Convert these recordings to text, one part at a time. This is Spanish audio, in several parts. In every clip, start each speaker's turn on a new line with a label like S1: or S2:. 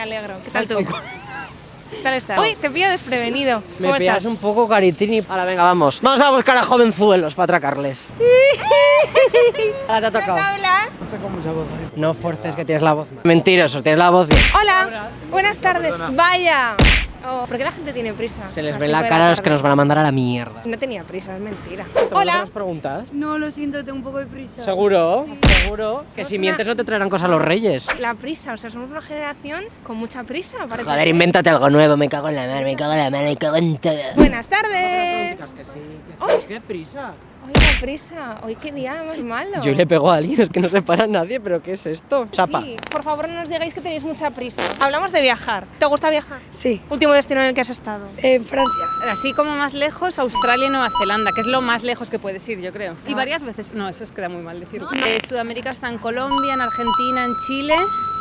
S1: alegro. ¿Qué tal tú? ¿Qué tal estás?
S2: Uy,
S1: Uy, te pillo desprevenido.
S2: Me
S1: ¿Cómo
S2: pillas
S1: estás?
S2: un poco caritini. Ahora, venga, vamos. Vamos a buscar a jovenzuelos para atracarles. Ahora Ah, te ha
S1: ¿Nos
S2: tocado.
S1: hablas?
S2: No forces que tienes la voz. mal. Mentirosos, tienes la voz bien.
S1: Hola, buenas tardes. Vaya. Oh, ¿Por qué la gente tiene prisa?
S2: Se les
S1: Las
S2: ve
S1: cinco
S2: la
S1: de
S2: cara a los que
S1: tarde.
S2: nos van a mandar a la mierda.
S1: No tenía prisa, es mentira.
S2: ¿Te
S1: Hola.
S2: las preguntas?
S3: No, lo siento, tengo un poco de prisa.
S2: ¿Seguro? ¿Seguro? Que
S1: Somos
S2: si
S1: una-
S2: mientes no te traerán cosas a los reyes.
S1: La prisa, o sea, somos una generación con mucha prisa. parece
S2: Joder,
S1: ser.
S2: invéntate algo nuevo. Me cago en la mar, me cago en la mar, me cago en todo.
S1: Buenas tardes.
S2: ¡Qué prisa!
S1: Hoy la prisa. Hoy qué día más malo.
S2: Yo le pego a alguien, es que no se para nadie, pero ¿qué es esto? Chapa.
S1: Sí, por favor, no nos digáis que tenéis mucha prisa. Hablamos de viajar. ¿Te gusta viajar?
S4: Sí,
S1: Último destino en el que has estado.
S4: en Francia.
S5: Así como más lejos, Australia y Nueva Zelanda, que es lo más lejos que puedes ir, yo creo. Ah. Y varias veces. No, eso es queda muy mal decirlo. De Eh, Sudamérica está en Colombia, en Argentina, en Chile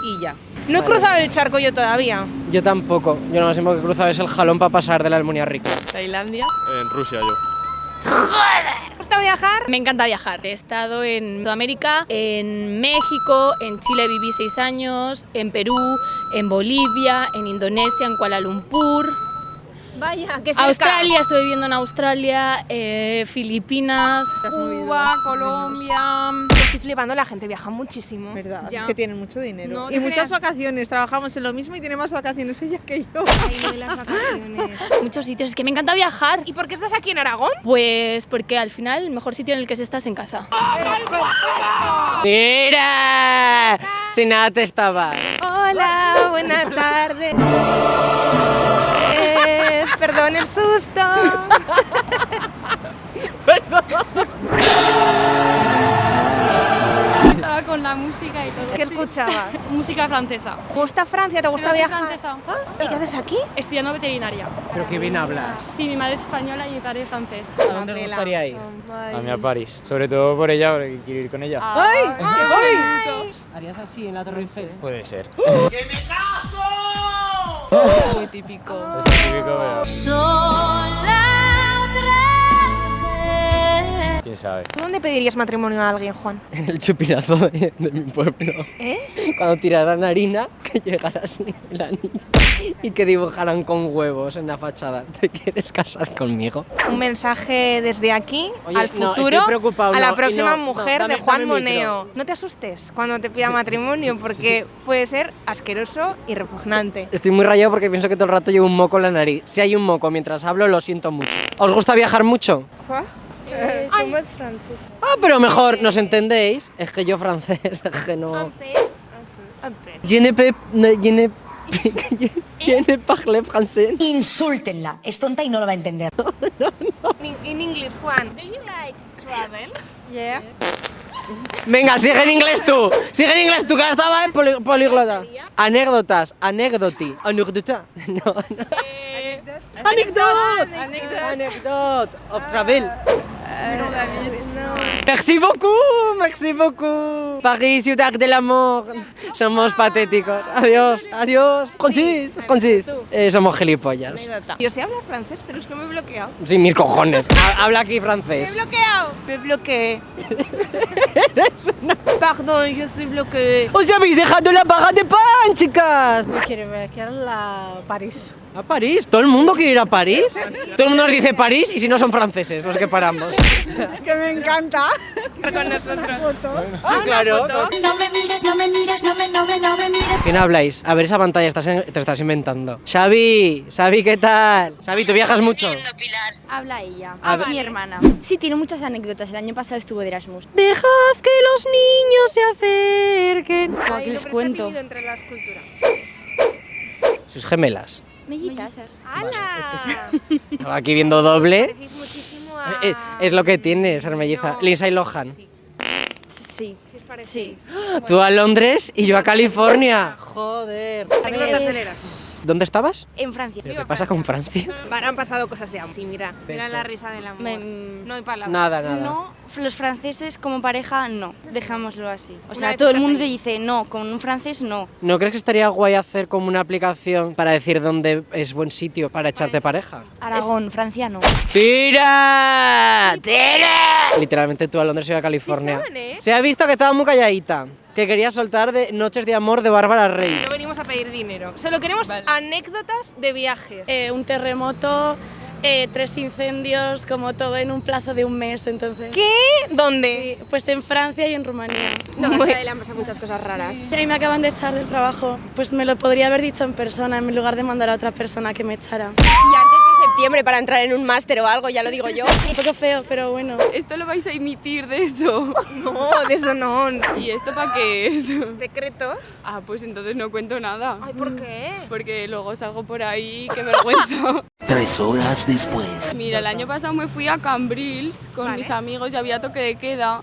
S5: y ya.
S1: No he cruzado el charco yo todavía.
S2: Yo tampoco. Yo lo máximo que he cruzado es el jalón para pasar de la Almunia Rica.
S4: Tailandia.
S6: En Rusia yo.
S1: ¿Te gusta viajar?
S7: Me encanta viajar. He estado en Sudamérica, en México, en Chile viví seis años, en Perú, en Bolivia, en Indonesia, en Kuala Lumpur.
S1: Vaya, qué
S7: Australia, estuve viviendo en Australia, eh, Filipinas.
S3: Cuba, Colombia.
S1: Estoy flipando, la gente viaja muchísimo.
S8: ¿Verdad?
S3: Ya.
S8: Es que tienen mucho dinero.
S3: No
S8: y
S3: te
S8: muchas
S3: creas.
S8: vacaciones. Trabajamos en lo mismo y tiene más vacaciones ella que yo.
S1: Ay, lo de las vacaciones.
S7: Muchos sitios. Es que me encanta viajar.
S1: ¿Y por qué estás aquí en Aragón?
S7: Pues porque al final el mejor sitio en el que se está es en casa.
S2: ¡Mira! Si nada te estaba.
S1: Hola, buenas tardes. Perdón el susto.
S9: Estaba con la música y todo.
S1: ¿Qué escuchabas?
S9: Música francesa.
S1: ¿Te gusta Francia? ¿Te gusta
S9: Pero soy
S1: viajar?
S9: francesa.
S1: ¿Y qué haces aquí?
S9: Estudiando veterinaria.
S2: Pero qué bien hablas.
S9: Sí, mi madre es española y mi padre es francés.
S2: ¿A dónde os gustaría ir?
S6: A mí a París. Sobre todo por ella, porque quiero ir con ella.
S10: Ah.
S2: ¿Harías así en la Torre Eiffel?
S6: Puede ser.
S4: Muy típico.
S6: ¿Quién sabe?
S1: ¿Tú dónde pedirías matrimonio a alguien, Juan?
S2: En el chupinazo de, de mi pueblo.
S1: ¿Eh?
S2: Cuando tiraran harina, que llegara así el anillo y que dibujaran con huevos en la fachada. ¿Te quieres casar conmigo?
S1: Un mensaje desde aquí
S2: Oye,
S1: al
S2: no, estoy
S1: futuro
S2: preocupado,
S1: a la
S2: no,
S1: próxima
S2: no, no,
S1: mujer
S2: dame-
S1: de Juan
S2: dame el micro.
S1: Moneo. No te asustes cuando te pida matrimonio porque puede ser asqueroso y repugnante.
S2: Estoy muy rayado porque pienso que todo el rato llevo un moco en la nariz. Si hay un moco mientras hablo, lo siento mucho. ¿Os gusta viajar mucho?
S3: Eh, somos franceses.
S2: Ah, pero mejor, ¿nos entendéis? Es que yo francés, es que
S1: Ah,
S2: no... Je ne peux- no, je ne- je ne parle français.
S11: Insúltenla, es tonta y no lo va a entender.
S1: En inglés, Juan. Do you like travel?
S3: Yeah.
S2: Venga, sigue en inglés tú. Sigue en inglés tú, que ahora estaba en poli- políglota. Anécdotas, anécdoti. Anécdota. No, no. Anecdote. Anecdote. Of travel. Merci beaucoup, merci beaucoup. París, ciudad del amor. Somos patéticos. Adiós, adiós. Concis, concis. Eh, somos gilipollas.
S1: Yo sé hablar francés, pero es que me he bloqueado.
S2: Sí, mis cojones. Ha- Habla aquí francés.
S1: bloqueado? Me bloqueé.
S3: Pardon, yo soy bloqueé.
S2: ¡Os habéis dejado la barra de pan, chicas!
S8: Yo quiero viajar a París.
S2: ¿A París? ¿Todo el mundo quiere ir a París? Todo el mundo nos dice París y si no son franceses los que paramos.
S8: Que me encanta.
S2: Ah, claro.
S11: No me mires, no me mires, no me, no me, no me mires.
S2: ¿Quién habláis? A ver esa pantalla, estás en- te estás inventando. Xavi, Xavi, ¿qué tal? Xavi, ¿tú viajas mucho?
S3: Habla ella.
S2: A
S3: es
S2: ver.
S3: mi hermana. Sí, tiene muchas anécdotas. El año pasado estuvo de Erasmus.
S2: Dejad que los niños se acerquen.
S3: ¿Qué les cuento?
S1: entre las culturas.
S2: Sus gemelas.
S3: Mellitas.
S1: ¡Hala!
S2: Estaba aquí viendo doble.
S1: Parecéis muchísimo
S2: Eh,
S8: Ah.
S1: a...
S2: eh, Es lo que tiene ser melliza.
S1: No.
S2: Lisa y Lohan.
S3: Sí.
S1: Sí, os parecéis.
S2: Tú a Londres y yo a California. Joder.
S1: Anécdotas del Erasmus.
S2: ¿Dónde estabas?
S3: En Francia.
S2: ¿Pero ¿Qué pasa con Francia?
S1: Han pasado cosas de amor. Sí, mira. Mira
S2: Beso.
S1: la risa del amor.
S3: Me-
S1: No hay palabras.
S2: Nada, nada.
S3: No, los franceses como pareja no, dejámoslo así. O
S1: Una
S3: sea,
S1: vez
S3: todo el
S1: estás
S3: mundo
S1: ahí.
S3: dice no, con un francés no.
S2: ¿No crees que estaría guay hacer como una aplicación para decir dónde es buen sitio para echarte pareja?
S3: Aragón, Francia no.
S2: ¡Tira! ¡Tira! Literalmente tú a Londres y yo a California.
S1: saben, ¿eh?
S2: Se ha visto que estaba muy calladita. que quería soltar de Noches de Amor de Bárbara Rey.
S1: No venimos a pedir dinero. Solo queremos anécdotas de viajes.
S3: Eh, un terremoto, eh, tres incendios, como todo en un plazo de un mes, entonces.
S1: ¿Qué? ¿Dónde?
S3: Pues en Francia y en Rumanía.
S1: No, en Muy-
S3: le han pasado muchas cosas raras. Y ahí me acaban de echar del trabajo. Pues me lo podría haber dicho en persona, en lugar de mandar a otra persona que me echara. Y antes de septiembre para entrar en un máster o algo, ya lo digo yo. Un poco feo, pero bueno.
S4: Esto lo vais a emitir de eso.
S1: No, de eso no.
S4: ¿Y esto para qué es?
S1: ¿Secretos?
S4: Ah, pues entonces no cuento nada.
S1: Ay, ¿por qué?
S4: Porque luego salgo por ahí, qué vergüenza.
S12: Tres horas después.
S4: Mira, el año pasado me fui a Cambrils con mis amigos y había toque de queda.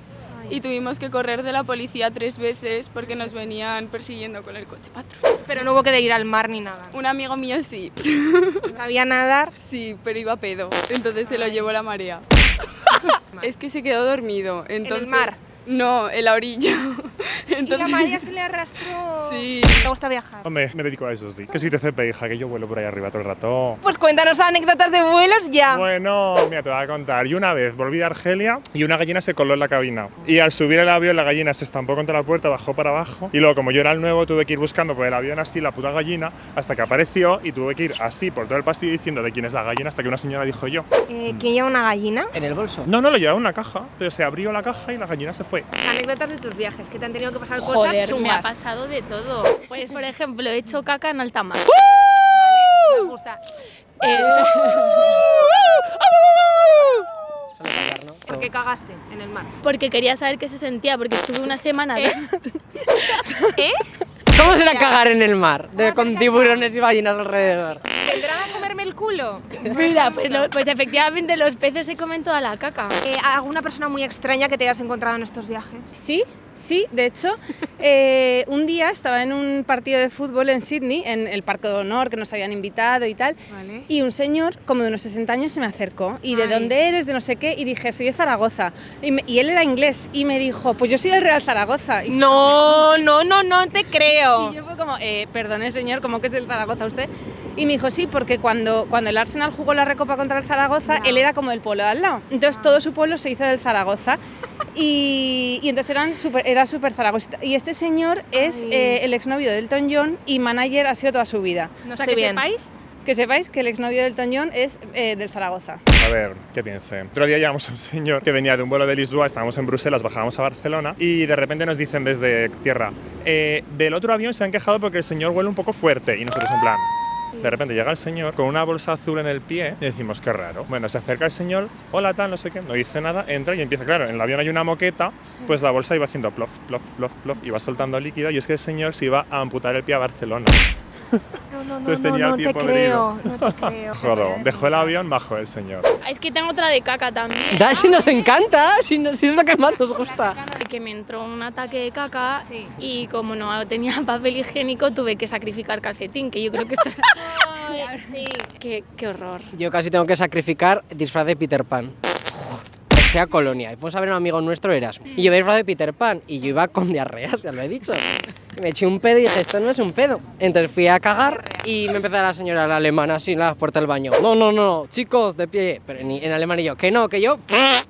S4: Y tuvimos que correr de la policía tres veces porque nos venían persiguiendo con el coche patrulla.
S1: Pero no hubo que ir al mar ni nada.
S4: Un amigo mío sí.
S1: ¿Sabía nadar?
S4: Sí, pero iba a pedo. Entonces se lo llevó la marea. es que se quedó dormido. Entonces,
S1: mar?
S4: No, en la orilla.
S1: Y la
S4: Entonces,
S1: María se le arrastró.
S4: Sí.
S1: ¿Te gusta viajar?
S13: Hombre, me dedico a eso, sí. Que soy de CP, hija, que yo vuelo por ahí arriba todo el rato.
S1: Pues cuéntanos anécdotas de vuelos ya.
S13: Bueno, mira, te voy a contar. Y una vez volví de Argelia y una gallina se coló en la cabina. Y al subir el avión, la gallina se estampó contra la puerta, bajó para abajo. Y luego, como yo era el nuevo, tuve que ir buscando por el avión así la puta gallina hasta que apareció y tuve que ir así por todo el pasillo diciendo de quién es la gallina hasta que una señora dijo yo.
S1: Eh, ¿Quién lleva una gallina?
S2: ¿En el bolso?
S13: No, no, lo llevaba en una caja. Pero se abrió la caja y la gallina se fue.
S1: Anécdotas de tus viajes, que te han tenido que pasar
S7: Joder,
S1: cosas
S7: me ha
S1: chungas.
S7: pasado de todo. Pues, por ejemplo, he hecho caca en alta mar.
S1: Nos gusta.
S3: ¡Uh!
S7: Eh,
S1: ¿Por qué cagaste en el mar?
S7: porque quería saber qué se sentía, porque estuve una semana... de-
S2: ¿Cómo será cagar en el mar? De, con tiburones y ballenas alrededor.
S1: ¿Vendrán a comerme el culo?
S7: Mira, pues, lo- pues efectivamente los peces se comen toda la caca.
S1: Eh, ¿Alguna persona muy extraña que te hayas encontrado en estos viajes?
S5: Sí, sí, de hecho, eh, un día estaba en un partido de fútbol en Sydney, en el Parque de Honor, que nos habían invitado y tal,
S1: Vale.
S5: y un señor como de unos 60 años se me acercó, y de
S1: Ay.
S5: dónde eres, de no sé qué, y dije, soy de Zaragoza, y, me- y él era inglés, y me dijo, pues yo soy del Real Zaragoza. Y
S1: No, no, no, no te creo.
S5: y yo fue como, eh, perdone señor, ¿cómo que es del Zaragoza usted? Y me dijo, sí, porque cuando, cuando el Arsenal jugó la Recopa contra el Zaragoza, él era como el pueblo de al lado. Entonces
S1: Ah.
S5: todo su pueblo se hizo del Zaragoza. Y, y entonces eran super, era súper zaragozista. Y este señor es
S1: Ay.
S5: eh, el exnovio de Elton John y manager ha sido toda su vida.
S1: No
S5: o sea,
S1: estoy
S5: que
S1: bien.
S5: sepáis que sepáis que el exnovio de Elton John es eh, del Zaragoza.
S13: A ver, ¿qué piense? Otro día llevamos a un señor que venía de un vuelo de Lisboa, estábamos en Bruselas, bajábamos a Barcelona y de repente nos dicen desde tierra, eh, del otro avión se han quejado porque el señor huele un poco fuerte y nosotros en plan... De repente llega el señor con una bolsa azul en el pie y decimos, qué raro. Bueno, se acerca el señor, hola tal, no sé qué, no dice nada, entra y empieza, claro, en el avión hay una moqueta, pues la bolsa iba haciendo plof, plof, plof, plof, iba soltando líquido y es que el señor se iba a amputar el pie a Barcelona.
S1: No, no,
S13: Entonces tenía el pie podrido. Jodo, dejó el avión, bajo el señor.
S7: Es que tengo otra de caca también.
S2: Da, si nos encanta, si, no- si es lo que más nos gusta.
S7: Que me entró un ataque de caca
S1: Sí.
S7: y como no tenía papel higiénico tuve que sacrificar calcetín, que yo creo que esto...
S1: sí.
S7: qué, qué horror.
S2: Yo casi tengo que sacrificar disfraz de Peter Pan. Fui a Colonia y fuimos a ver a un amigo nuestro Erasmus. Y yo disfraz de Peter Pan y yo iba con diarrea, ya lo he dicho. Y me eché un pedo y dije, esto no es un pedo. Entonces fui a cagar y me empezó la señora la alemana así en la puerta del baño. No, no, no, chicos, de pie. Pero en, en alemán y yo, que no, que yo,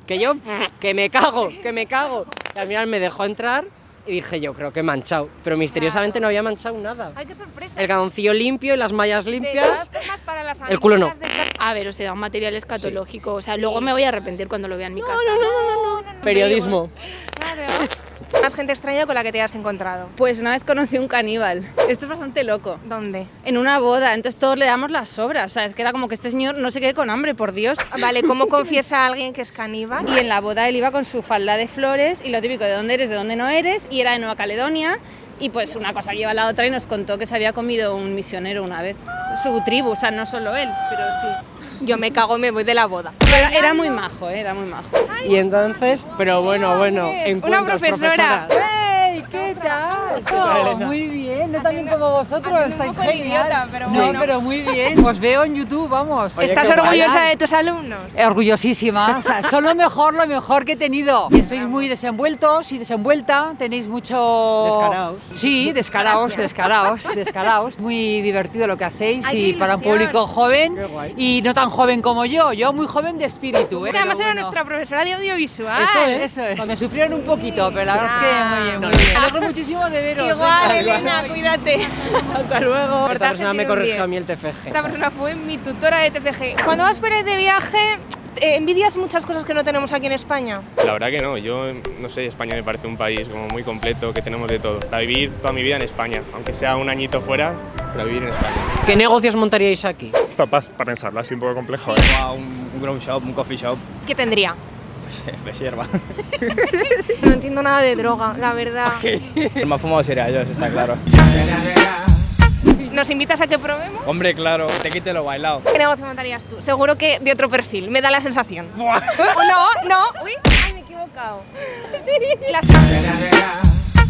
S2: que yo, que me cago, que me cago. Y al final me dejó entrar y dije, yo creo que he manchado. Pero misteriosamente no había manchado nada.
S1: Ay, qué sorpresa.
S2: El gazoncillo limpio y las mallas
S1: De
S2: limpias.
S1: todas formas, para las
S2: El culo no.
S1: amigas de-
S7: A ver, os he dado un material escatológico, o sea, luego me voy a arrepentir cuando lo vea en mi casa.
S2: Periodismo.
S1: Más gente extraña con la que te hayas encontrado.
S5: Pues una vez conocí un caníbal. Esto es bastante loco.
S1: ¿Dónde?
S5: En una boda, entonces todos le damos las sobras. O sea, es que era como que este señor no se quede con hambre, por Dios.
S1: Vale, ¿cómo confiesa a alguien que es caníbal?
S5: Y en la boda él iba con su falda de flores y lo típico de dónde eres, de dónde no eres, y era de Nueva Caledonia. Y pues una cosa lleva a la otra y nos contó que se había comido un misionero una vez. Su tribu, o sea, no solo él, pero sí.
S1: Yo me cago y me voy de la boda.
S5: Pero era muy majo, eh, era muy majo.
S2: Y entonces, pero bueno, bueno,
S5: Una
S2: encuentros,
S5: profesora.
S2: profesoras.
S8: ¿Qué tal?
S2: tal, Elena?
S8: muy bien,
S10: Oh, yo también como vosotros, estáis
S1: poco el
S10: genial.
S1: idiota, pero
S10: no,
S1: bueno.
S10: pero muy bien. Os veo en YouTube, vamos.
S1: Oye, ¿Estás qué orgullosa guay. Eh, de tus alumnos?
S10: Orgullosísima. O sea, son lo mejor, lo mejor que he tenido. Que sois muy desenvueltos y desenvuelta. Tenéis mucho.
S5: Descaraos.
S10: Sí, descaraos, descaraos, descaraos. Muy divertido lo que hacéis
S1: Ay, qué
S10: y para un
S1: ilusión.
S10: público joven
S1: Qué guay.
S10: y no tan joven como yo. Yo muy joven de espíritu, ¿eh?
S1: Que además
S10: Pero
S1: era
S10: bueno.
S1: nuestra profesora de audiovisual.
S10: Eso es, eso es. Me sufrieron un poquito, pero la verdad es que muy bien, muy bien. Me alegro muchísimo de veros.
S1: Igual,
S10: Venga.
S1: Elena, cuídate.
S2: Hasta luego.
S1: Portarse
S2: Esta persona me
S1: tiene un
S2: corrigió
S1: bien.
S2: a mí el TFG.
S1: Esta persona fue mi tutora de TFG. Cuando vas por ahí de viaje, eh, ¿envidias muchas cosas que no tenemos aquí en España?
S14: La verdad que no, yo no sé, España me parece un país como muy completo, que tenemos de todo. Para vivir toda mi vida en España, aunque sea un añito fuera, para vivir en España.
S2: ¿Qué negocios montaríais aquí?
S13: Esto paz para pensarlo, así un poco complejo. ¿eh?
S6: un, un grow shop, un coffee shop,
S1: ¿Qué tendría?
S6: me sirva.
S1: No entiendo nada de droga, la verdad.
S6: Me ha fumado sería yo, eso está claro.
S1: ¿Nos invitas a que probemos?
S6: Hombre, claro, que te quite lo bailado.
S1: ¿Qué negocio montarías tú? Seguro que de otro perfil, me da la sensación. no, no, uy, ay, me he equivocado. Sí.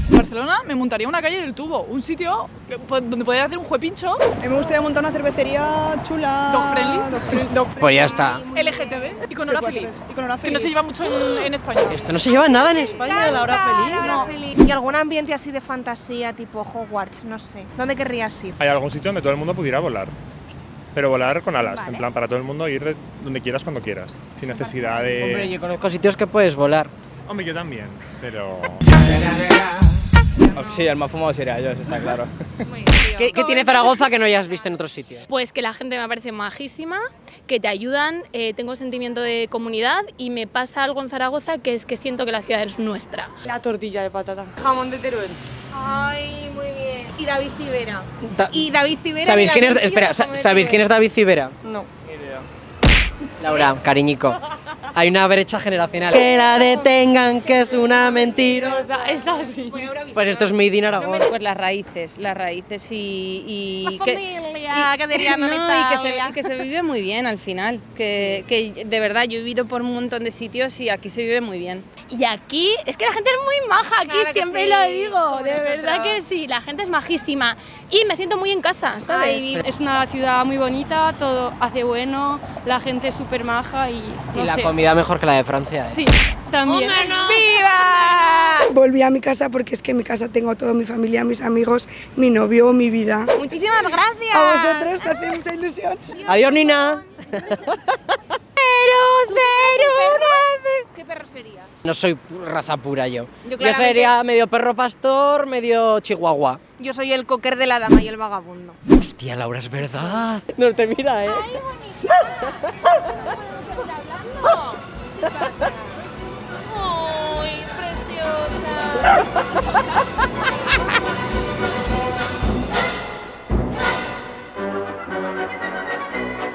S15: En Barcelona me montaría una calle del tubo, un sitio que- po- donde podría hacer un juepincho. me gustaría montar una cervecería chula. Dog friendly.
S2: Pues ya está.
S15: LGTB. Iconora feliz. Que no se lleva mucho en, en España.
S2: Esto no se lleva nada en España a la hora
S1: Canta,
S2: feliz.
S1: la hora
S15: no.
S1: feliz. ¿Y algún ambiente así de fantasía, tipo Hogwarts? No sé. ¿Dónde querrías ir?
S13: Hay algún sitio donde todo el mundo pudiera volar. Pero volar con alas, en plan para todo el mundo ir de donde quieras cuando quieras, sin necesidad
S6: Eh.
S13: de.
S2: Hombre, yo conozco sitios que puedes volar.
S13: Hombre, yo también, pero.
S6: Sí, el más fumado sería yo, eso está claro.
S2: ¿Qué, qué tiene Zaragoza que no hayas visto en otros sitios?
S7: Pues que la gente me parece majísima, que te ayudan, eh, tengo sentimiento de comunidad y me pasa algo en Zaragoza que es que siento que la ciudad es nuestra.
S9: La tortilla de patata.
S1: Jamón de Teruel. Ay, muy bien. Y David Civera.
S2: Da-
S1: y David Civera.
S2: ¿Sabéis
S1: y
S2: quién es?
S1: David
S2: Espera,
S1: Civera
S2: sa-
S1: como de
S2: ¿sabéis quién es David Civera?
S1: No.
S2: Laura, cariñico. Hay una brecha generacional. Que la detengan, que es una mentira.
S5: Es así.
S2: Pues esto es Made in Aragón.
S5: Pues las raíces, las raíces y... y
S1: familia, que dirían en
S5: no, y que, se,
S1: Italia.
S5: y que se vive muy bien al final. Que, que de verdad yo he vivido por un montón de sitios y aquí se vive muy bien.
S7: Y aquí, es que la gente es muy maja, aquí
S5: Claro que
S7: siempre
S5: sí,
S7: lo digo,
S5: como
S7: de verdad
S5: nosotras.
S7: que sí, la gente es majísima y me siento muy en casa, ¿sabes?
S9: Ay, es eh, una ciudad muy bonita, todo hace bueno, la gente es súper maja y.
S2: Y
S9: no
S2: la
S9: sé.
S2: comida mejor que la de Francia. ¿eh?
S9: Sí, también.
S16: Volví a mi casa porque es que en mi casa tengo toda mi familia, mis amigos, mi novio, mi vida.
S1: Muchísimas gracias.
S16: A vosotros me hace mucha ilusión.
S2: Adiós, Nina.
S1: ¿Qué perro sería?
S2: No soy pu- raza pura yo.
S1: Yo
S2: Yo,
S1: claramente-
S2: sería medio perro pastor, medio chihuahua.
S1: Yo soy el cocker de la dama y el vagabundo.
S2: Hostia, Laura, es verdad. No te mira, ¿eh?
S1: ¡Ay, preciosa!